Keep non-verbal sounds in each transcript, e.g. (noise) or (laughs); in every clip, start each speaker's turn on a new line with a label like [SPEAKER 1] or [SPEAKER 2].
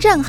[SPEAKER 1] 正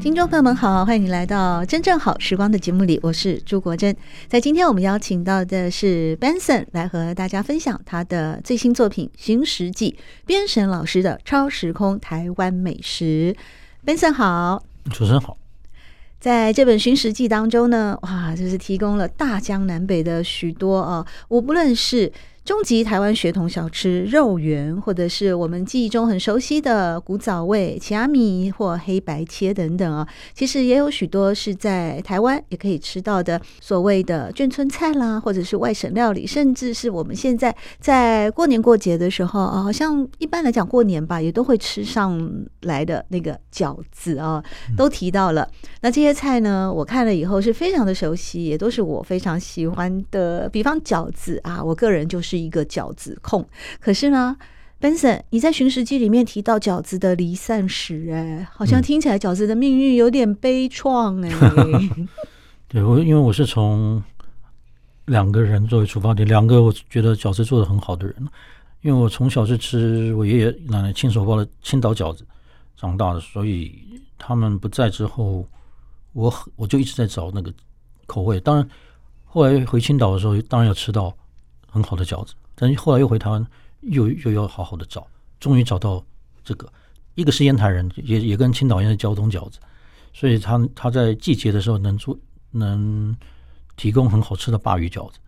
[SPEAKER 1] 听众朋友们好，欢迎你来到《真正好时光》的节目里，我是朱国珍。在今天我们邀请到的是 Benson 来和大家分享他的最新作品《寻食记》，边神老师的《超时空台湾美食》。Benson 好，
[SPEAKER 2] 主持人好。
[SPEAKER 1] 在这本《寻食记》当中呢，哇，就是提供了大江南北的许多啊，我不论是终极台湾血统小吃肉圆，或者是我们记忆中很熟悉的古早味、奇阿米或黑白切等等啊，其实也有许多是在台湾也可以吃到的所谓的眷村菜啦，或者是外省料理，甚至是我们现在在过年过节的时候啊，好像一般来讲过年吧，也都会吃上来的那个饺子啊，都提到了。那这些菜呢，我看了以后是非常的熟悉，也都是我非常喜欢的。比方饺子啊，我个人就是一个饺子控。可是呢，Benson，你在《寻食记》里面提到饺子的离散史、哎，好像听起来饺子的命运有点悲怆、哎。
[SPEAKER 2] (laughs) 对我，因为我是从两个人作为出发点，两个我觉得饺子做的很好的人，因为我从小是吃我爷爷奶奶亲手包的青岛饺子长大的，所以他们不在之后。我我就一直在找那个口味，当然后来回青岛的时候，当然有吃到很好的饺子，但是后来又回台湾，又又要好好的找，终于找到这个。一个是烟台人，也也跟青岛一样是交通饺子，所以他他在季节的时候能做能提供很好吃的鲅鱼饺子。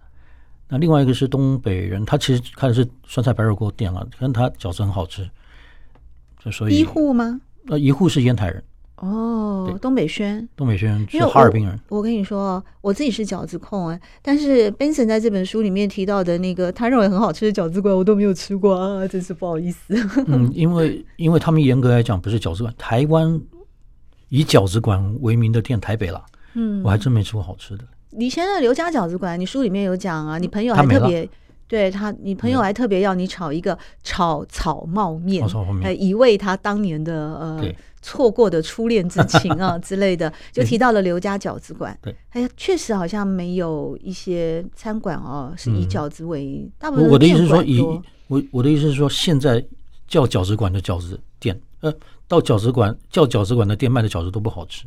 [SPEAKER 2] 那另外一个是东北人，他其实开的是酸菜白肉锅店了，但他饺子很好吃，就所以
[SPEAKER 1] 医护吗？
[SPEAKER 2] 呃，一户是烟台人。
[SPEAKER 1] 哦，
[SPEAKER 2] 对
[SPEAKER 1] 东北轩，
[SPEAKER 2] 东北轩
[SPEAKER 1] 因
[SPEAKER 2] 是
[SPEAKER 1] 为
[SPEAKER 2] 哈尔滨
[SPEAKER 1] (laughs)
[SPEAKER 2] 人，
[SPEAKER 1] 我。我跟你说哦，我自己是饺子控哎，但是 Benson 在这本书里面提到的那个他认为很好吃的饺子馆，我都没有吃过啊，真是不好意
[SPEAKER 2] (laughs)
[SPEAKER 1] 思。
[SPEAKER 2] 嗯，因为因为他们严格来讲不是饺子馆，台湾以饺子馆为名的店台北啦，
[SPEAKER 1] 嗯
[SPEAKER 2] 我还真没吃过好吃的。
[SPEAKER 1] 以前的刘家饺子馆，你书里面有讲啊，你朋友
[SPEAKER 2] 他
[SPEAKER 1] 还
[SPEAKER 2] 没
[SPEAKER 1] 特
[SPEAKER 2] 了嗯
[SPEAKER 1] 别。对他，你朋友还特别要你炒一个炒草帽面，
[SPEAKER 2] 哦炒草帽面
[SPEAKER 1] 呃，以慰他当年的呃
[SPEAKER 2] 对
[SPEAKER 1] 错过的初恋之情
[SPEAKER 2] (laughs)
[SPEAKER 1] 啊之类的，就提到了刘家饺子馆。
[SPEAKER 2] 对，
[SPEAKER 1] 哎呀，确实好像没有一些餐馆哦是以
[SPEAKER 2] 嗯
[SPEAKER 1] 饺子为，大部
[SPEAKER 2] 我
[SPEAKER 1] 分
[SPEAKER 2] 我的意思是
[SPEAKER 1] 面
[SPEAKER 2] 说
[SPEAKER 1] 馆
[SPEAKER 2] 以，
[SPEAKER 1] 多
[SPEAKER 2] 我我的意思是说，现在叫饺子馆的饺子店，呃，到饺子馆叫饺子馆的店卖的饺子都不好
[SPEAKER 1] (laughs)
[SPEAKER 2] 吃，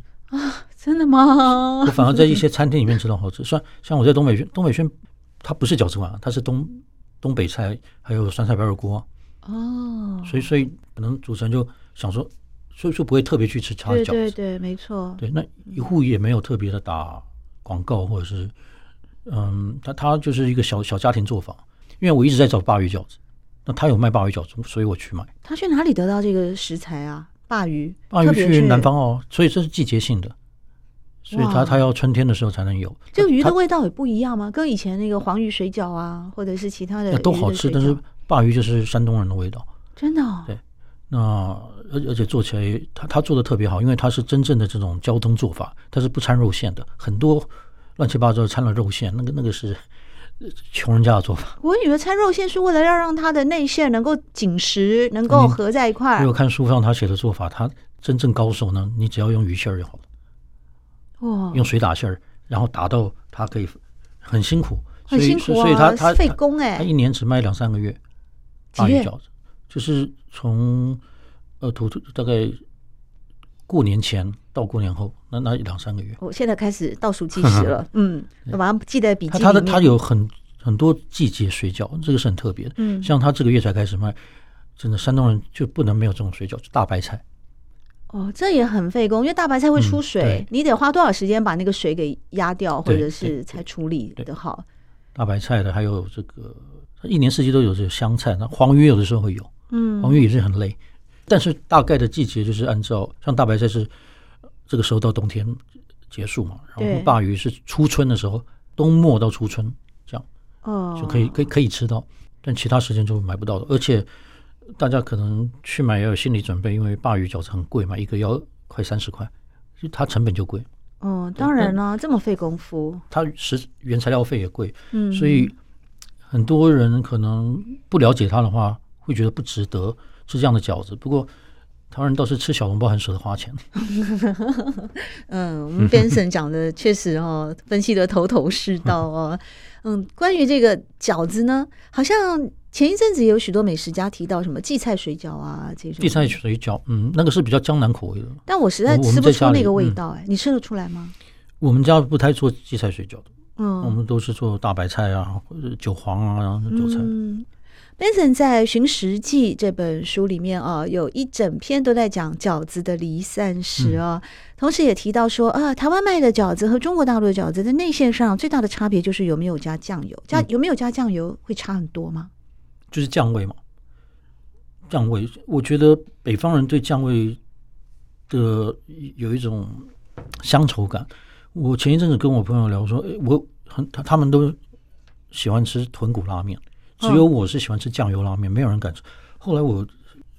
[SPEAKER 1] 真的吗
[SPEAKER 2] 我？反而在一些餐厅里面吃到好吃。像像我在东北轩，东北轩它不是饺子馆啊，它是东东北菜，还有酸菜白肉锅啊、
[SPEAKER 1] 哦，
[SPEAKER 2] 所以所以可能主持人就想说，所以说不会特别去吃他
[SPEAKER 1] 对
[SPEAKER 2] 的饺子。
[SPEAKER 1] 对对，没错。
[SPEAKER 2] 对，那一户也没有特别的打广告，或者是，嗯，他他就是一个小小家庭作坊。因为我一直在找鲅鱼饺子，那他有卖鲅鱼饺子，所以我去买。
[SPEAKER 1] 他去哪里得到这个食材啊？鲅鱼，
[SPEAKER 2] 鲅
[SPEAKER 1] 特
[SPEAKER 2] 鱼
[SPEAKER 1] 别
[SPEAKER 2] 去南方哦，所以这是季节性的，所以
[SPEAKER 1] 哇
[SPEAKER 2] 他他要春天的时候才能有。
[SPEAKER 1] 这个鱼的
[SPEAKER 2] 它
[SPEAKER 1] 味道也不一样吗？跟以前那个黄鱼水饺啊，或者是其他的
[SPEAKER 2] 它都
[SPEAKER 1] 鱼的
[SPEAKER 2] 好吃，
[SPEAKER 1] 水
[SPEAKER 2] 但是
[SPEAKER 1] 饺
[SPEAKER 2] 鲅鱼就是山东人的味道。
[SPEAKER 1] 真的、哦、
[SPEAKER 2] 对那而而且做起来，他他做的特别好，因为他是真正的这种交通做法，他是不掺肉馅的。很多乱七八糟掺了肉馅，那个那个是呃穷人家的做法。
[SPEAKER 1] 我以为掺肉馅是为了要让它的内馅能够紧实，能够
[SPEAKER 2] 嗯
[SPEAKER 1] 合在一块
[SPEAKER 2] 因为
[SPEAKER 1] 儿
[SPEAKER 2] 我。看书上他写的做法，他真正高手呢，你只要用鱼馅儿就好了，
[SPEAKER 1] 哇，
[SPEAKER 2] 用水打馅儿，然后打到它可以很辛苦，
[SPEAKER 1] 很
[SPEAKER 2] 所以
[SPEAKER 1] 辛苦
[SPEAKER 2] 所以
[SPEAKER 1] 啊
[SPEAKER 2] 他，他
[SPEAKER 1] 费
[SPEAKER 2] 他
[SPEAKER 1] 工哎、
[SPEAKER 2] 他一年只卖两三个月，
[SPEAKER 1] 几
[SPEAKER 2] 鲅鱼
[SPEAKER 1] 月
[SPEAKER 2] 饺子，就是从呃土土大概过年前到过年后，那那两三个月，
[SPEAKER 1] 我现在开始倒数
[SPEAKER 2] (laughs)
[SPEAKER 1] 计时了，嗯，我把它记在笔记
[SPEAKER 2] 他
[SPEAKER 1] 里
[SPEAKER 2] 他
[SPEAKER 1] 面。
[SPEAKER 2] 的他有很很多季节水饺，这个是很特别的，
[SPEAKER 1] 嗯
[SPEAKER 2] 像他这个月才开始卖，真的山东人就不能没有这种水饺，就大白菜。
[SPEAKER 1] 哦，这也很费工，因为大白菜会
[SPEAKER 2] 嗯
[SPEAKER 1] 出水，
[SPEAKER 2] 对
[SPEAKER 1] 你得花多少时间把那个水给压掉，或
[SPEAKER 2] 对
[SPEAKER 1] 者
[SPEAKER 2] 对
[SPEAKER 1] 是才处理
[SPEAKER 2] 对
[SPEAKER 1] 的好。
[SPEAKER 2] 大白菜的，还有这个一年四季都有这个香菜，那黄鱼有的时候会有，
[SPEAKER 1] 嗯，
[SPEAKER 2] 黄鱼也是很累，但是大概的季节就是按照像大白菜是呃这个时候到冬天结束嘛，然
[SPEAKER 1] 对
[SPEAKER 2] 后鲅鱼是初春的时候，冬末到初春这样
[SPEAKER 1] 哦，
[SPEAKER 2] 就可以可以可以吃到，但其他时间就买不到的，而且大家可能去买也有心理准备，因为鲅鱼饺子很贵嘛，一个要快三十块，就它成本就贵，
[SPEAKER 1] 哦，当然啦，这么费功夫，
[SPEAKER 2] 它食原材料费也贵，
[SPEAKER 1] 嗯，
[SPEAKER 2] 所以很多人可能不了解它的话，会觉得不值得吃这样的饺子。不过台湾人倒是吃小笼包很舍得花钱，
[SPEAKER 1] 嗯，我们 Benson 讲的确实哦，分析的头头是道
[SPEAKER 2] (laughs)
[SPEAKER 1] 哦。嗯，关于这个饺子呢，好像前一阵子也有许多美食家提到什么荠菜水饺啊这种。
[SPEAKER 2] 地菜水饺，嗯，那个是比较江南口味的。
[SPEAKER 1] 但我实在
[SPEAKER 2] 我我们
[SPEAKER 1] 吃不
[SPEAKER 2] 在
[SPEAKER 1] 出
[SPEAKER 2] 家
[SPEAKER 1] 那
[SPEAKER 2] 里
[SPEAKER 1] 个味
[SPEAKER 2] 嗯
[SPEAKER 1] 道，哎、你吃得出来吗？
[SPEAKER 2] 我们家不太做荠菜水饺的，
[SPEAKER 1] 嗯，
[SPEAKER 2] 我们都是做大白菜啊、或者韭黄啊、然后韭菜。
[SPEAKER 1] 嗯 Benson 在《寻食记》这本书里面啊，有一整篇都在讲饺子的离散史
[SPEAKER 2] 嗯
[SPEAKER 1] 啊，同时也提到说啊，台湾卖的饺子和中国大陆的饺子在内馅上最大的差别就是有没有加酱油，加
[SPEAKER 2] 嗯
[SPEAKER 1] 有没有加酱油会差很多吗？
[SPEAKER 2] 就是酱味嘛。酱味，我觉得北方人对酱味的有一种乡愁感。我前一阵子跟我朋友聊说，诶我很他他们都喜欢吃豚骨拉面，只有我是喜欢吃酱油拉面，没有人敢吃。后来我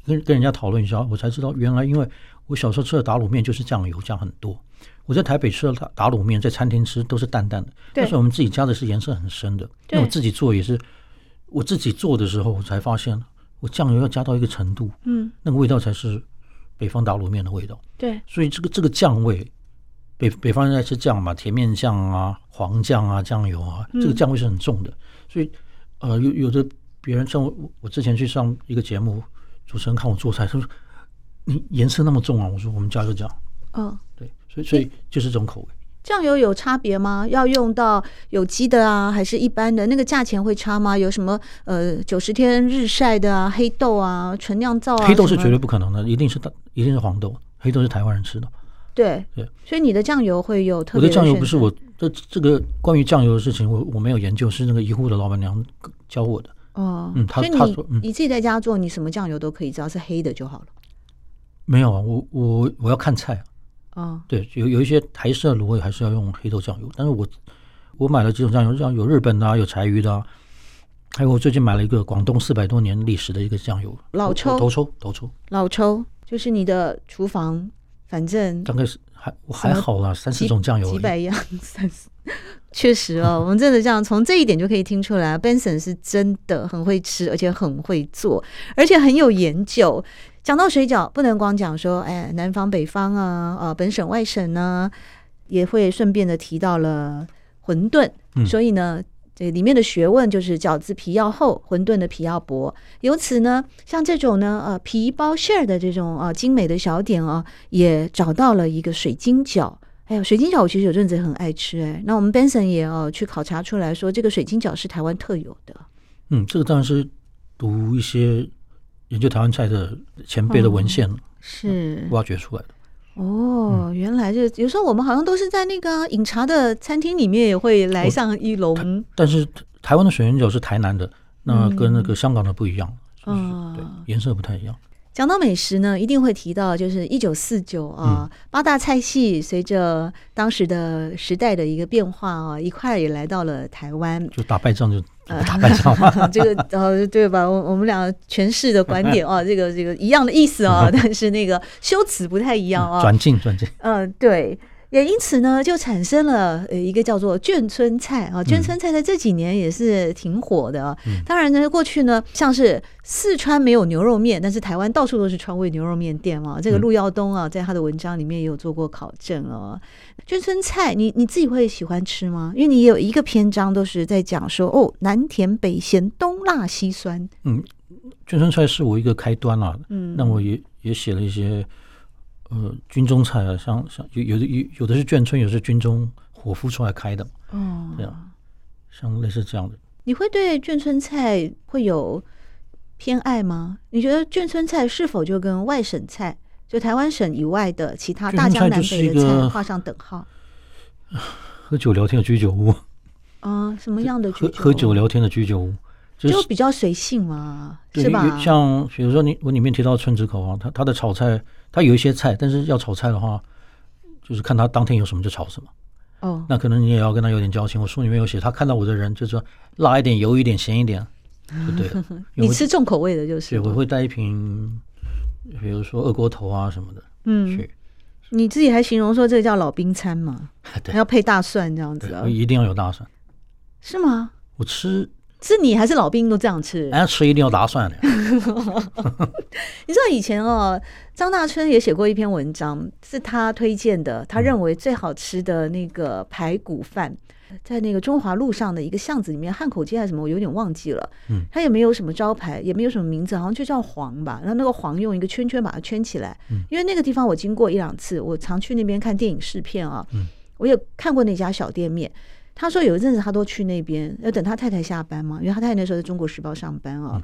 [SPEAKER 2] 跟跟人家讨论一下，我才知道原来因为我小时候吃的打卤面就是酱油酱很多。我在台北吃的打打卤面，在餐厅吃都是淡淡的，
[SPEAKER 1] 对
[SPEAKER 2] 但是我们自己加的是颜色很深的。
[SPEAKER 1] 对
[SPEAKER 2] 那我自己做也是，我自己做的时候我才发现，我酱油要加到一个程度，
[SPEAKER 1] 嗯，
[SPEAKER 2] 那个味道才是北方打卤面的味道。
[SPEAKER 1] 对，
[SPEAKER 2] 所以这个这个酱味，北北方人在吃酱嘛，甜面酱啊、黄酱啊、酱油啊，
[SPEAKER 1] 嗯
[SPEAKER 2] 这个酱味是很重的。所以呃，有有的别人像我，我之前去上一个节目，主持人看我做菜，他说你颜色那么重啊，我说我们家就这样，
[SPEAKER 1] 嗯，
[SPEAKER 2] 对，所以所以就是这种口味。
[SPEAKER 1] 酱油有差别吗？要用到有机的啊，还是一般的？那个价钱会差吗？有什么呃九十天日晒的啊，黑豆啊，纯酿造啊什么，
[SPEAKER 2] 黑豆是绝对不可能的，一定是大一定是黄豆，黑豆是台湾人吃的。
[SPEAKER 1] 对
[SPEAKER 2] 对，
[SPEAKER 1] 所以你的酱油会有特
[SPEAKER 2] 我
[SPEAKER 1] 别
[SPEAKER 2] 的酱油不
[SPEAKER 1] 选
[SPEAKER 2] 是我这这个关于酱油的事情，我我没有研究，是那个医护的老板娘教我的。
[SPEAKER 1] 哦，
[SPEAKER 2] 嗯他
[SPEAKER 1] 所以你
[SPEAKER 2] 他说嗯
[SPEAKER 1] 你自己在家做，你什么酱油都可以，只要是黑的就好了。
[SPEAKER 2] 没有啊，我我我要看菜啊。
[SPEAKER 1] 哦，
[SPEAKER 2] 对，有有一些台式的卤味还是要用黑豆酱油，但是我我买了几种酱油，像有日本的、啊，有柴鱼的、啊，还有我最近买了一个广东四百多年历史的一个酱油，
[SPEAKER 1] 老抽
[SPEAKER 2] 头头抽头抽，
[SPEAKER 1] 老抽就是你的厨房，反正
[SPEAKER 2] 大概是还我
[SPEAKER 1] 什
[SPEAKER 2] 还
[SPEAKER 1] 么
[SPEAKER 2] 好啦，三
[SPEAKER 1] 几
[SPEAKER 2] 四种酱油而已
[SPEAKER 1] 几百样，三十。确实哦，我们真的这样，从这一点就可以听出来，Benson 是真的很会吃，而且很会做，而且很有研究。讲到水饺，不能光讲说，哎，南方北方啊，呃，本省外省呢、也会顺便的提到了馄饨。
[SPEAKER 2] 嗯
[SPEAKER 1] 所以呢，这里面的学问就是饺子皮要厚，馄饨的皮要薄。由此呢，像这种呢，呃，皮包馅儿的这种啊、呃精美的小点啊、也找到了一个水晶饺。哎呦，水晶饺我其实有阵子很爱吃哎，那我们 Benson 也哦、去考察出来说，这个水晶饺是台湾特有的。
[SPEAKER 2] 嗯，这个当然是读一些研究台湾菜的前辈的
[SPEAKER 1] 嗯
[SPEAKER 2] 文献
[SPEAKER 1] 是
[SPEAKER 2] 挖掘出来的。
[SPEAKER 1] 嗯哦，原来这有时候我们好像都是在那个啊饮茶的餐厅里面也会来
[SPEAKER 2] 我
[SPEAKER 1] 上一笼，
[SPEAKER 2] 但是台湾的水晶饺是台南的，那跟那个香港的不一样，
[SPEAKER 1] 嗯
[SPEAKER 2] 就是对，颜色不太一样。
[SPEAKER 1] 讲到美食呢，一定会提到就是一九四九啊，八大菜系随着当时的时代的一个变化啊，一块儿也来到了台湾。
[SPEAKER 2] 就打败仗就就打败仗嘛，
[SPEAKER 1] 啊，这个呃，对吧？我我们俩诠释的观点啊，这个这个一样的意思啊，但是那个修辞不太一样
[SPEAKER 2] (laughs)
[SPEAKER 1] 啊。
[SPEAKER 2] 转进转进，
[SPEAKER 1] 嗯，对，也因此呢，就产生了呃一个叫做眷村菜啊，眷村菜在这几年也是挺火的啊。当然呢，过去呢，像是四川没有牛肉面，但是台湾到处都是川味牛肉面店啊。这个
[SPEAKER 2] 嗯
[SPEAKER 1] 陆耀东啊，在他的文章里面也有做过考证哦。眷村菜，你你自己会喜欢吃吗？因为你有一个篇章都是在讲说哦，南甜北咸，东辣西酸。
[SPEAKER 2] 嗯，眷村菜是我一个开端啦、
[SPEAKER 1] 嗯，
[SPEAKER 2] 那我也也写了一些呃军中菜啊，像像有有的有有的是眷村，有的是军中伙夫出来开的嘛，
[SPEAKER 1] 哦
[SPEAKER 2] 对啊，像类似这样的。
[SPEAKER 1] 你会对眷村菜会有偏爱吗？你觉得眷村菜是否就跟外省菜，就台湾省以外的其他
[SPEAKER 2] 眷村
[SPEAKER 1] 大江
[SPEAKER 2] 菜
[SPEAKER 1] 南
[SPEAKER 2] 就是
[SPEAKER 1] 北
[SPEAKER 2] 一
[SPEAKER 1] 的菜
[SPEAKER 2] 个
[SPEAKER 1] 画上等号？
[SPEAKER 2] 喝酒聊天的居酒屋，
[SPEAKER 1] 啊、什么样的居
[SPEAKER 2] 喝喝酒
[SPEAKER 1] 屋
[SPEAKER 2] 聊天的居酒屋，就是
[SPEAKER 1] 就比较随性嘛，
[SPEAKER 2] 对，
[SPEAKER 1] 是吧？
[SPEAKER 2] 像比如说你我里面提到村子口啊，它它的炒菜，它有一些菜，但是要炒菜的话，就是看他当天有什么就炒什么。
[SPEAKER 1] 哦，
[SPEAKER 2] 那可能你也要跟他有点交情。我书里面有写，他看到我的人就说辣一点、油一点、咸一点，
[SPEAKER 1] (laughs)
[SPEAKER 2] 就对了。因为
[SPEAKER 1] 你
[SPEAKER 2] 我
[SPEAKER 1] 吃重口味的就是
[SPEAKER 2] 对，
[SPEAKER 1] 了，
[SPEAKER 2] 我会带一瓶，比如说二锅头啊什么的
[SPEAKER 1] 嗯，
[SPEAKER 2] 去。 (laughs)
[SPEAKER 1] 你自己还形容说这个叫老兵餐嘛，还
[SPEAKER 2] 对，
[SPEAKER 1] 要配大蒜这样子
[SPEAKER 2] 对
[SPEAKER 1] 啊
[SPEAKER 2] 我，一定要有大蒜。
[SPEAKER 1] 是吗？
[SPEAKER 2] 我吃，
[SPEAKER 1] 是你还是老兵都这样吃？
[SPEAKER 2] 哎，吃一定要大蒜的
[SPEAKER 1] 嗯
[SPEAKER 2] 呀。
[SPEAKER 1] 你知道以前哦，张大春也写过一篇文章，是他推荐的，他认为最好吃的那个排骨饭，在那个中华路上的一个巷子里面，汉口街还是什么，我有点忘记了。
[SPEAKER 2] 嗯，
[SPEAKER 1] 它也没有什么招牌，也没有什么名字，好像就叫黄吧。然后那个黄用一个圈圈把它圈起来，
[SPEAKER 2] 嗯
[SPEAKER 1] 因为那个地方我经过一两次，我常去那边看电影试片啊，
[SPEAKER 2] 嗯
[SPEAKER 1] 我也看过那家小店面。他说有一阵子他都去那边，要等他太太下班嘛，因为他太太那时候在中国时报上班
[SPEAKER 2] 嗯
[SPEAKER 1] 啊，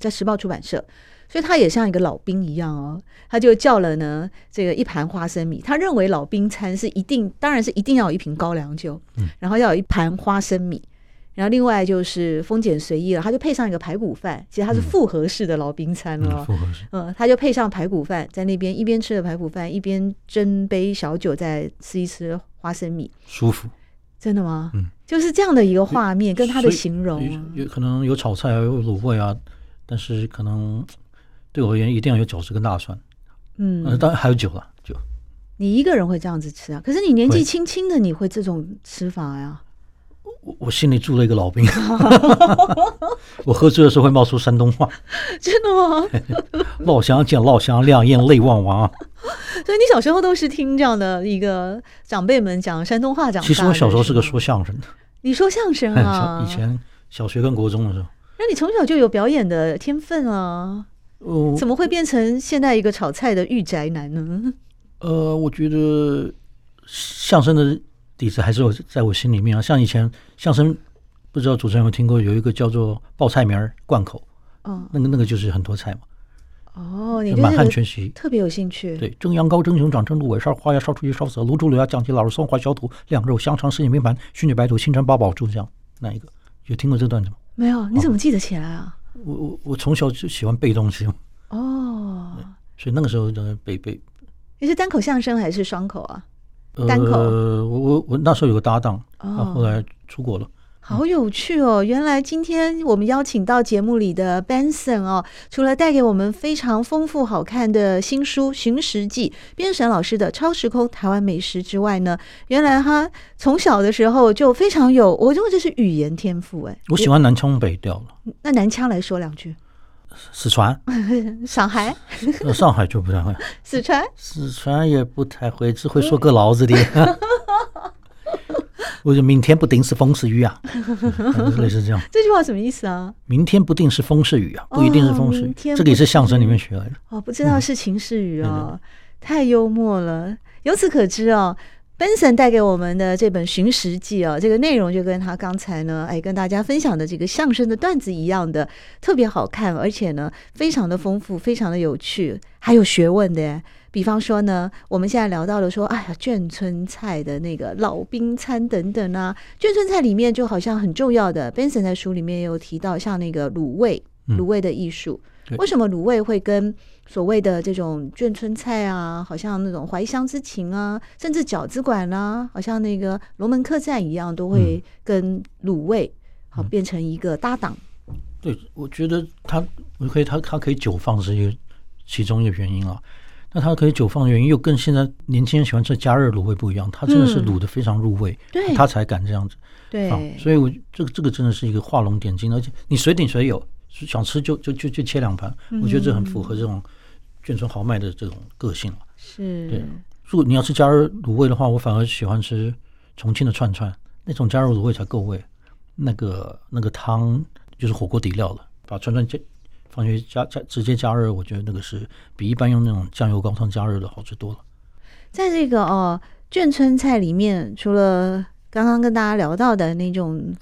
[SPEAKER 1] 在时报出版社，所以他也像一个老兵一样哦，他就叫了呢这个一盘花生米。他认为老兵餐是一定，当然是一定要有一瓶高粱酒，
[SPEAKER 2] 嗯
[SPEAKER 1] 然后要有一盘花生米，然后另外就是风俭随意了，他就配上一个排骨饭，其实他是复合式的老兵餐了、
[SPEAKER 2] 嗯，
[SPEAKER 1] 哦。
[SPEAKER 2] 复合式。
[SPEAKER 1] 嗯，他就配上排骨饭，在那边一边吃着排骨饭，一边斟杯小酒，再吃一吃花生米。
[SPEAKER 2] 舒服。
[SPEAKER 1] 真的吗？
[SPEAKER 2] 嗯，
[SPEAKER 1] 就是这样的一个画面，跟他的
[SPEAKER 2] 所以
[SPEAKER 1] 形容啊、
[SPEAKER 2] 有有可能有炒菜啊，有卤味啊，但是可能对我而言一定要有饺子跟大蒜，呃
[SPEAKER 1] 嗯，
[SPEAKER 2] 当然还有酒了，酒。
[SPEAKER 1] 你一个人会这样子吃啊？可是你年纪
[SPEAKER 2] 会
[SPEAKER 1] 轻轻的，你会这种吃法
[SPEAKER 2] (laughs)
[SPEAKER 1] 呀、
[SPEAKER 2] 我我心里住了一个老兵， (laughs) 我喝醉的时候会冒出山东话，
[SPEAKER 1] 嗯真的吗？ (laughs)
[SPEAKER 2] 老乡见老乡，两眼泪汪啊汪。
[SPEAKER 1] 所以你小时候都是听这样的一个长辈们讲山东话讲。
[SPEAKER 2] 其实我小时候是个，说相声的，
[SPEAKER 1] 你说相声啊？
[SPEAKER 2] (laughs) 以，前小学跟国中的时候，
[SPEAKER 1] 那你从小就有表演的天分啊，
[SPEAKER 2] 呃
[SPEAKER 1] 怎么会变成现在一个炒菜的御宅男呢？ (laughs)
[SPEAKER 2] 呃，我觉得相声的底子还是有在我心里面啊。像以前相声，不知道主持人有没有听过，有一个叫做报菜名儿贯口，
[SPEAKER 1] 哦
[SPEAKER 2] 那个那个就是很多菜嘛，
[SPEAKER 1] 哦，你
[SPEAKER 2] 就
[SPEAKER 1] 对
[SPEAKER 2] 满
[SPEAKER 1] 这
[SPEAKER 2] 汉
[SPEAKER 1] 个
[SPEAKER 2] 全席。
[SPEAKER 1] 特别有兴趣。
[SPEAKER 2] 对，蒸羊羔、蒸熊掌、蒸鹿尾、烧花鸭、烧雏鸡、烧死卤猪、柳鸭、酱鸡、老肉、松花小肚、晾肉、香肠、四季明盘、熏牛白肚、清蒸八宝猪这样那一个。有听过这段子吗？
[SPEAKER 1] 没有，你怎么记得起来啊？
[SPEAKER 2] 我我我从小就喜欢背东西嘛，
[SPEAKER 1] 哦，
[SPEAKER 2] 所以那个时候呢，背背
[SPEAKER 1] 你是单口相声还是双口啊？
[SPEAKER 2] 呃，
[SPEAKER 1] 单口
[SPEAKER 2] 我我我那时候有个搭档，他
[SPEAKER 1] 哦，
[SPEAKER 2] 啊后来出国了。
[SPEAKER 1] 好有趣哦！原来今天我们邀请到节目里的 Benson 哦，除了带给我们非常丰富好看的新书《寻食记》，边神老师的《超时空台湾美食》之外呢，原来他从小的时候就非常有，我认为这是语言天赋哎。
[SPEAKER 2] 我喜欢南腔北调了，
[SPEAKER 1] 那南腔来说两句，
[SPEAKER 2] (laughs)
[SPEAKER 1] (laughs)
[SPEAKER 2] 四川、
[SPEAKER 1] 上海、
[SPEAKER 2] 呃、上海就不太会，
[SPEAKER 1] 四川，
[SPEAKER 2] 四川也不太会，只会说个老子的。 (laughs) 我就明天不定是风是雨啊，嗯类似这样。
[SPEAKER 1] 这句话什么意思啊？
[SPEAKER 2] 明天不定是风是雨啊，不一定是风是
[SPEAKER 1] 哦
[SPEAKER 2] 雨
[SPEAKER 1] 明。天
[SPEAKER 2] 这个也是相声里面学来的。
[SPEAKER 1] 哦，不知道是秦氏语哦，太幽默了。由此可知哦。Benson 带给我们的这本《寻食记》哦，这个内容就跟他刚才呢，哎，跟大家分享的这个相声的段子一样的，特别好看，而且呢，非常的丰富，非常的有趣，还有学问的耶。比方说呢，我们现在聊到了说，哎呀，眷村菜的那个老兵餐等等啊，眷村菜里面就好像很重要的，Benson 在书里面也有提到，像那个卤味，
[SPEAKER 2] 嗯
[SPEAKER 1] 卤味的艺术，
[SPEAKER 2] 对
[SPEAKER 1] 为什么卤味会跟所谓的这种眷村菜啊，好像那种怀乡之情啊，甚至饺子馆啦、好像那个龙门客栈一样，都
[SPEAKER 2] 嗯
[SPEAKER 1] 会跟卤味好、变成一个搭档。
[SPEAKER 2] 对，我觉得他，我可以，他他可以久放是一个其中一个原因啊。那他可以久放的原因又跟现在年轻人喜欢吃加热卤味不一样，他真的是
[SPEAKER 1] 嗯
[SPEAKER 2] 卤的非常入味，
[SPEAKER 1] 对
[SPEAKER 2] 他才敢这样子放。
[SPEAKER 1] 对，
[SPEAKER 2] 啊所以我这个这个真的是一个画龙点睛，而且你随顶随有，想吃就就就就切两盘，
[SPEAKER 1] 嗯
[SPEAKER 2] 我觉得这很符合这种眷村豪迈的这种个性了、对
[SPEAKER 1] 是，
[SPEAKER 2] 如果你要吃加热卤味的话，我反而喜欢吃重庆的串串，那种加热卤味才够味。那个那个汤就是火锅底料了，把串串加放进去加加直接加热，我觉得那个是比一般用那种酱油高汤加热的好吃多了。
[SPEAKER 1] 在这个哦眷村菜里面，除了刚刚跟大家聊到的那种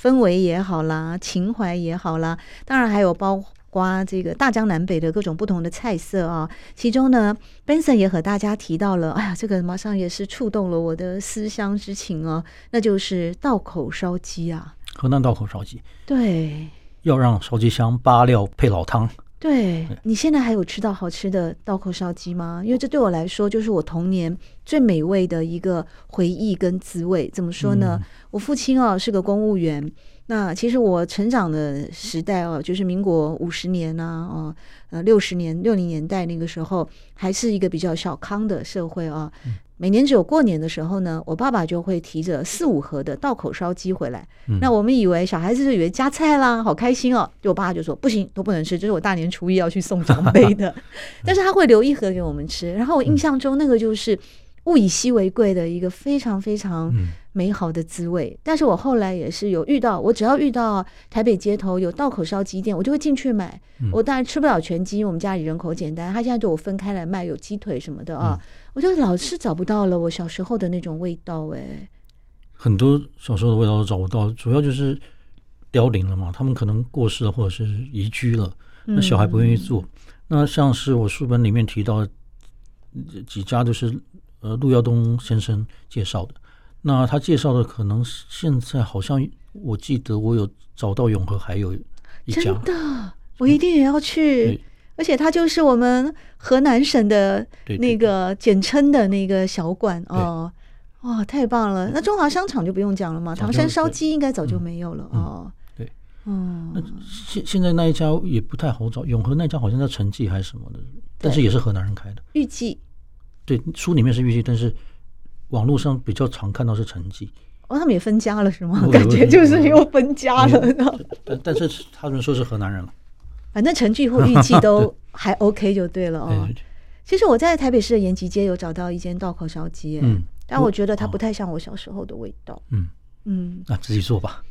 [SPEAKER 1] 氛围也好啦，情怀也好啦，当然还有包括这个大江南北的各种不同的菜色啊。其中呢，Benson 也和大家提到了，哎呀，这个马上也是触动了我的思乡之情哦，那就是道口烧鸡啊。
[SPEAKER 2] 河南道口烧鸡
[SPEAKER 1] 对，
[SPEAKER 2] 要让烧鸡香，八料配老汤，
[SPEAKER 1] 对你现在还有吃到好吃的道口烧鸡吗？因为这对我来说，就是我童年最美味的一个回忆跟滋味。怎么说呢？我父亲哦是个公务员，那其实我成长的时代哦，就是民国五十年呐、哦，呃，六十年、六零年代那个时候，还是一个比较小康的社会啊、每年只有过年的时候呢，我爸爸就会提着四五盒的道口烧鸡回来。
[SPEAKER 2] 嗯
[SPEAKER 1] 那我们以为小孩子就以为加菜啦，好开心哦。就我爸就说不行，都不能吃，这是我大年初一要去送长辈
[SPEAKER 2] (laughs)
[SPEAKER 1] 的。但是他会留一盒给我们吃。然后我印象中那个就是物以稀为贵的一个非常非常
[SPEAKER 2] 嗯
[SPEAKER 1] 美好的滋味。但是我后来也是有遇到，我只要遇到台北街头有道口烧鸡店，我就会进去买。
[SPEAKER 2] 嗯
[SPEAKER 1] 我当然吃不了全鸡，因为我们家里人口简单，他现在对我分开来卖，有鸡腿什么的啊，
[SPEAKER 2] 嗯
[SPEAKER 1] 我就老是找不到了我小时候的那种味道哎、
[SPEAKER 2] 很多小时候的味道都找不到，主要就是凋零了嘛，他们可能过世了或者是移居了，
[SPEAKER 1] 嗯
[SPEAKER 2] 那小孩不愿意做。那像是我书本里面提到的几家，就是呃陆耀东先生介绍的。那他介绍的可能现在好像我记得我有找到永和还有一
[SPEAKER 1] 真
[SPEAKER 2] 家，嗯
[SPEAKER 1] 的，我一定也要去
[SPEAKER 2] 对。
[SPEAKER 1] 而且它就是我们河南省的
[SPEAKER 2] 对对
[SPEAKER 1] 那个简称的那个小馆
[SPEAKER 2] 对
[SPEAKER 1] 哦，哇，太棒了！那中华商场就不用讲了嘛，
[SPEAKER 2] 早
[SPEAKER 1] 唐
[SPEAKER 2] 就
[SPEAKER 1] 山烧
[SPEAKER 2] 嗯对
[SPEAKER 1] 鸡应该早就没有了
[SPEAKER 2] 嗯
[SPEAKER 1] 哦。
[SPEAKER 2] 对，那
[SPEAKER 1] 嗯，
[SPEAKER 2] 现现在那一家也不太好找，永和那家好像在陈记还是什么的，但是也是河南人开的。
[SPEAKER 1] 预计
[SPEAKER 2] 对，书里面是预计，但是网络上比较常看到是陈记。
[SPEAKER 1] 哦，他们也分家了是吗？
[SPEAKER 2] 我嗯
[SPEAKER 1] 感觉就是又分家了。然后
[SPEAKER 2] 但但是他们说是河南人了。
[SPEAKER 1] 反正成绩或预
[SPEAKER 2] (laughs)
[SPEAKER 1] 计都还 OK 就对了
[SPEAKER 2] 对
[SPEAKER 1] 哦
[SPEAKER 2] 对。对，
[SPEAKER 1] 其实我在台北市的延吉街有找到一间道口烧鸡耶，哎
[SPEAKER 2] 嗯
[SPEAKER 1] 但我觉得它不太像我小时候的味道。
[SPEAKER 2] 嗯，
[SPEAKER 1] 嗯，
[SPEAKER 2] 那自己做吧。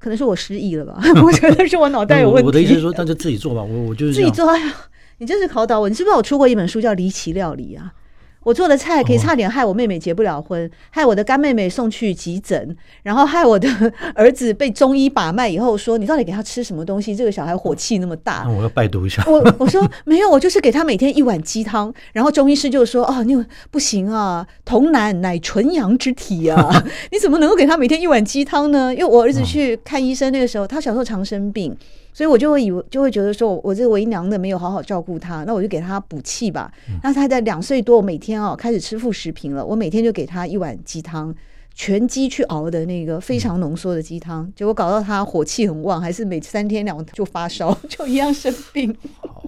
[SPEAKER 1] 可能是我失忆了吧？ (laughs) 我觉得是我脑袋有问
[SPEAKER 2] 我
[SPEAKER 1] 题。
[SPEAKER 2] 我的意思是说，那就自己做吧。我我就是
[SPEAKER 1] 自
[SPEAKER 2] 这
[SPEAKER 1] 己
[SPEAKER 2] 样，
[SPEAKER 1] 做，哎呀，你真是考倒我！你知不知道我出过一本书叫《离奇料理》啊？我做的菜可以
[SPEAKER 2] 哦
[SPEAKER 1] 差点害我妹妹结不了婚，害我的干妹妹送去急诊，然后害我的 (laughs) 儿子被中医把脉以后说：“你到底给他吃什么东西？这个小孩火气那么大。
[SPEAKER 2] 那我要拜读一下。
[SPEAKER 1] 我我说没有，我就是给他每天一碗鸡汤，然后中医师就说哦，你不行啊，童男乃纯阳之体啊，你怎么能够给他每天一碗鸡汤呢？因为我儿子去看医生那个时候，他小时候常生病，所以我就会以为就会觉得说我我这为娘的没有好好照顾他，那我就给他补气吧。那他在两岁多，我每天哦开始吃副食品了，我每天就给他一碗鸡汤。全鸡去熬的那个非常浓缩的鸡汤，结果搞到他火气很旺，还是每三天两就发烧， (laughs) 就一样生病。
[SPEAKER 2] 好，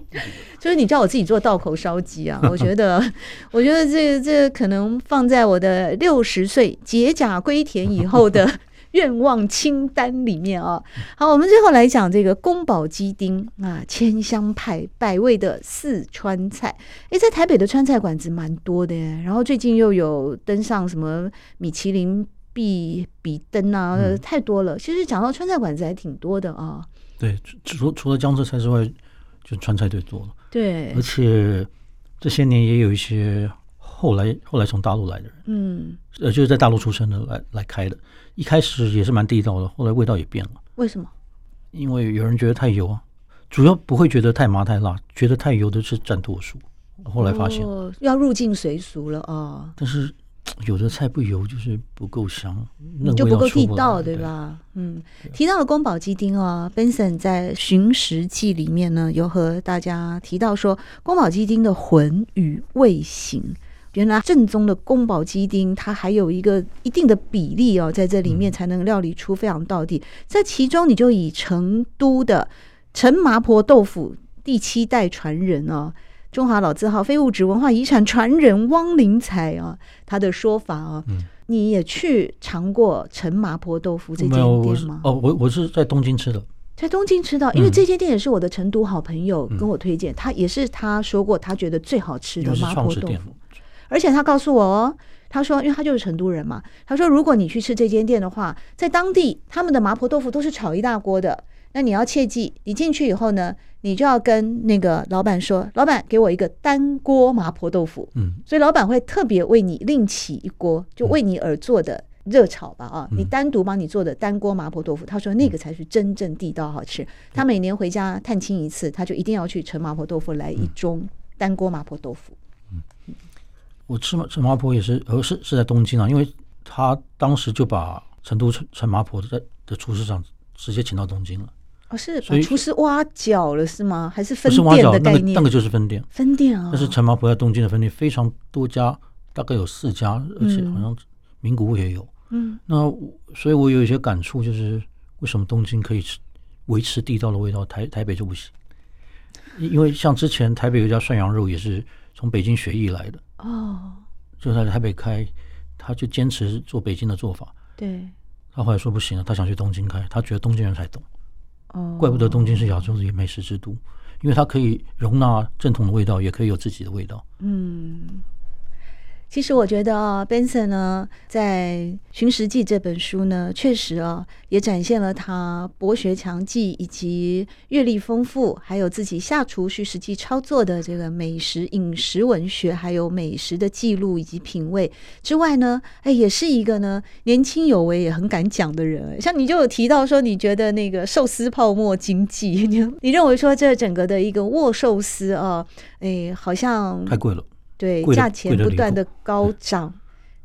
[SPEAKER 1] 就是你叫我自己做道口烧鸡啊，我觉得，我觉得这个这个可能放在我的六十岁解甲归田以后的 (laughs) 愿望清单里面啊。好，我们最后来讲这个宫保鸡丁啊，千香派百味的四川菜。诶，在台北的川菜馆子蛮多的耶，然后最近又有登上什么米其林必比登啊，
[SPEAKER 2] 嗯
[SPEAKER 1] 太多了。其实讲到川菜馆子还挺多的啊，
[SPEAKER 2] 对，除除除了江浙菜之外，就川菜最多了。
[SPEAKER 1] 对
[SPEAKER 2] 而，且这些年也有一些后来后来从大陆来的人，
[SPEAKER 1] 嗯，
[SPEAKER 2] 呃，就是在大陆出生的来来开的。一开始也是蛮地道的，后来味道也变了，
[SPEAKER 1] 为什么？
[SPEAKER 2] 因为有人觉得太油啊，主要不会觉得太麻太辣，觉得太油的是占多数。后来发现，
[SPEAKER 1] 哦、要入境随俗了哦，
[SPEAKER 2] 但是有的菜不油就是不够香，那
[SPEAKER 1] 你就
[SPEAKER 2] 味
[SPEAKER 1] 不
[SPEAKER 2] 道
[SPEAKER 1] 够
[SPEAKER 2] 出
[SPEAKER 1] 地
[SPEAKER 2] 来
[SPEAKER 1] 道，对
[SPEAKER 2] 对？
[SPEAKER 1] 吧？嗯，提到了宫保鸡丁哦，Benson 在《寻食记》里面呢，有和大家提到说，宫保鸡丁的魂与味型。原来正宗的宫保鸡丁，它还有一个一定的比例哦，在这里
[SPEAKER 2] 嗯
[SPEAKER 1] 面才能料理出非常到地。在其中，你就以成都的陈麻婆豆腐第七代传人哦，中华老字号非物质文化遗产传人汪林才啊，他的说法啊，
[SPEAKER 2] 嗯
[SPEAKER 1] 你也去尝过陈麻婆豆腐这
[SPEAKER 2] 没有，
[SPEAKER 1] 间
[SPEAKER 2] 我
[SPEAKER 1] 店
[SPEAKER 2] 是
[SPEAKER 1] 吗？
[SPEAKER 2] 哦，我我是在东京吃的，
[SPEAKER 1] 在东京吃到，因为
[SPEAKER 2] 嗯
[SPEAKER 1] 这间店也是我的成都好朋友
[SPEAKER 2] 嗯
[SPEAKER 1] 跟我推荐，他也是他说过他觉得最好吃
[SPEAKER 2] 因
[SPEAKER 1] 的
[SPEAKER 2] 为是
[SPEAKER 1] 麻
[SPEAKER 2] 创
[SPEAKER 1] 婆
[SPEAKER 2] 始
[SPEAKER 1] 豆
[SPEAKER 2] 店
[SPEAKER 1] 腐。，而且他告诉我哦，他说，因为他就是成都人嘛，他说如果你去吃这间店的话，在当地他们的麻婆豆腐都是炒一大锅的，那你要切记，你进去以后呢，你就要跟那个老板说，老板给我一个单锅麻婆豆腐，
[SPEAKER 2] 嗯，
[SPEAKER 1] 所以老板会特别为你另起一锅，就为你而做的热炒吧啊，
[SPEAKER 2] 嗯
[SPEAKER 1] 你单独帮你做的单锅麻婆豆腐，他说那个才是真正地道好吃。他每年回家探亲一次，他就一定要去陈麻婆豆腐来一盅单锅麻婆豆腐。
[SPEAKER 2] 我吃麻陈麻婆也是，呃，是是在东京啊，因为他当时就把成都陈陈麻婆在的厨师长直接请到东京了，
[SPEAKER 1] 哦，是把
[SPEAKER 2] 所以
[SPEAKER 1] 厨师挖角了是吗？还是
[SPEAKER 2] 不
[SPEAKER 1] 分
[SPEAKER 2] 是挖
[SPEAKER 1] 店
[SPEAKER 2] 角
[SPEAKER 1] 的
[SPEAKER 2] 那
[SPEAKER 1] 概
[SPEAKER 2] 个
[SPEAKER 1] 念？
[SPEAKER 2] 那个就是分店，
[SPEAKER 1] 分店啊、
[SPEAKER 2] 但是陈麻婆在东京的分店非常多家大概有四家，而且好像名古屋也有。
[SPEAKER 1] 嗯
[SPEAKER 2] 那我所以，我有一些感触，就是为什么东京可以吃维持地道的味道，台台北就不行。因因为像之前台北有一家涮羊肉也是从北京学艺来的，
[SPEAKER 1] 哦，
[SPEAKER 2] 就在台北开，他就坚持做北京的做法。
[SPEAKER 1] 对
[SPEAKER 2] 他后来说不行了，他想去东京开，他觉得东京人才懂，
[SPEAKER 1] 哦，
[SPEAKER 2] 怪不得东京是亚洲的美食之都，因为它可以容纳正统的味道，也可以有自己的味道。
[SPEAKER 1] 嗯，其实我觉得啊、b e n s o n 呢，在《寻食记》这本书呢，确实啊、也展现了他博学强记以及阅历丰富，还有自己下厨去实际操作的这个美食饮食文学，还有美食的记录以及品味之外呢，哎，也是一个呢年轻有为，也很敢讲的人。像你就有提到说，你觉得那个寿司泡沫经济，你你认为说这整个的一个握寿司啊，哎，好像
[SPEAKER 2] 太贵了，
[SPEAKER 1] 对，
[SPEAKER 2] 贵得
[SPEAKER 1] 价钱
[SPEAKER 2] 贵得
[SPEAKER 1] 不
[SPEAKER 2] 离
[SPEAKER 1] 断
[SPEAKER 2] 谱嗯
[SPEAKER 1] 的高涨。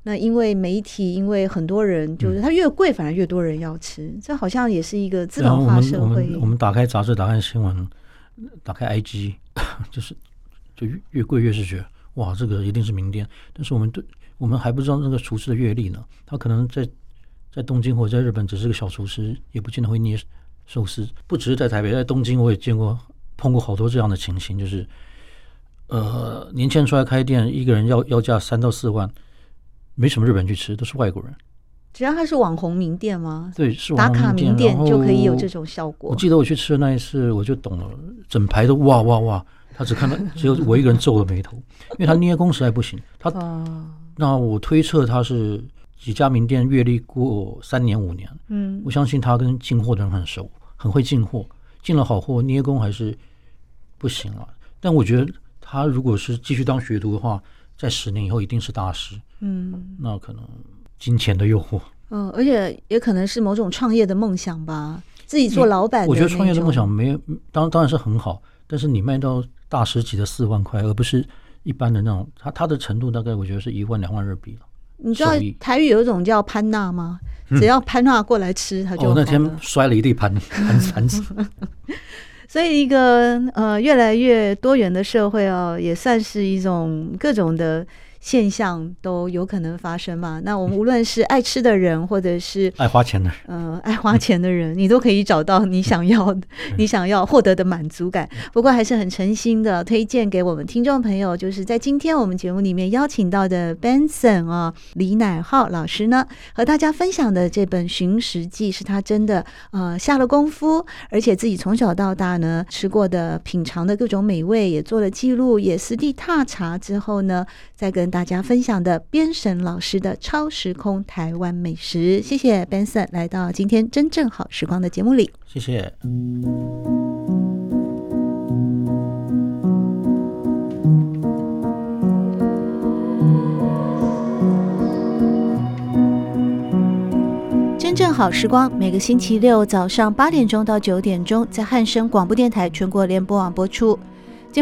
[SPEAKER 1] 那因为媒体，因为很多人
[SPEAKER 2] 嗯
[SPEAKER 1] 就是它越贵，反而越多人要吃，这好像也是一个资
[SPEAKER 2] 然后
[SPEAKER 1] 本
[SPEAKER 2] 我
[SPEAKER 1] 化
[SPEAKER 2] 们
[SPEAKER 1] 社
[SPEAKER 2] 我
[SPEAKER 1] 会。
[SPEAKER 2] 们我们打开杂志，打开新闻，打开 IG，就是 (laughs) 就越越贵越是觉得哇，这个一定是名店。但是我们对我们还不知道那个厨师的阅历呢，他可能在在东京或者在日本只是个小厨师，也不见得会捏寿司。不只是在台北，在东京我也见过碰过好多这样的情形，就是呃，年轻人出来开店，一个人要要价三到四万，没什么日本人去吃，都是外国人。
[SPEAKER 1] 只要它是网红名店吗？
[SPEAKER 2] 对，是
[SPEAKER 1] 打
[SPEAKER 2] 网
[SPEAKER 1] 卡
[SPEAKER 2] 红
[SPEAKER 1] 名
[SPEAKER 2] 店然后
[SPEAKER 1] 就可以有这种效果
[SPEAKER 2] 我。记得我去吃的那一次，我就懂了，整排都哇哇哇，他只看到只有我一个人皱了眉头，因为他捏工实在不行。他
[SPEAKER 1] 哦，
[SPEAKER 2] 那我推测他是几家名店阅历过三年五年，
[SPEAKER 1] 嗯
[SPEAKER 2] 我相信他跟进货的人很熟，很会进货，进了好货，捏工还是不行啊。但我觉得他如果是继续当学徒的话，在十年以后一定是大师。
[SPEAKER 1] 嗯
[SPEAKER 2] 那可能金钱的诱惑，
[SPEAKER 1] 嗯，而且也可能是某种创业的梦想吧，自己做老板。
[SPEAKER 2] 我觉得创业的梦想，没有，当当然是很好，但是你卖到大师级的四万块，而不是一般的那种，它它的程度大概我觉得是一万两万日币了。
[SPEAKER 1] 你知道
[SPEAKER 2] 手艺
[SPEAKER 1] 台语有一种叫潘娜吗？只要潘娜过来吃，它就
[SPEAKER 2] 嗯哦，那
[SPEAKER 1] 好了
[SPEAKER 2] 天摔了一地盘盘盘子，
[SPEAKER 1] 所以，一个呃越来越多元的社会哦，也算是一种各种的现象都有可能发生嘛。那我们无论是爱吃的人，或者是
[SPEAKER 2] 爱花钱的人。
[SPEAKER 1] 呃爱花钱的人，你都可以找到你想要的、你想要获得的满足感。不过，还是很诚心的推荐给我们听众朋友，就是在今天我们节目里面邀请到的 Benson 啊、李乃浩老师呢，和大家分享的这本《寻食记》是他真的呃下了功夫，而且自己从小到大呢吃过的、品尝的各种美味也做了记录，也实地踏查之后呢，再跟大家分享的边神老师的超时空台湾美食。谢谢 Benson 来到今天真正好时光的节目里。
[SPEAKER 2] 谢谢。
[SPEAKER 1] 真正好时光，每个星期六早上八点钟到九点钟，在汉声广播电台全国联播网播出。节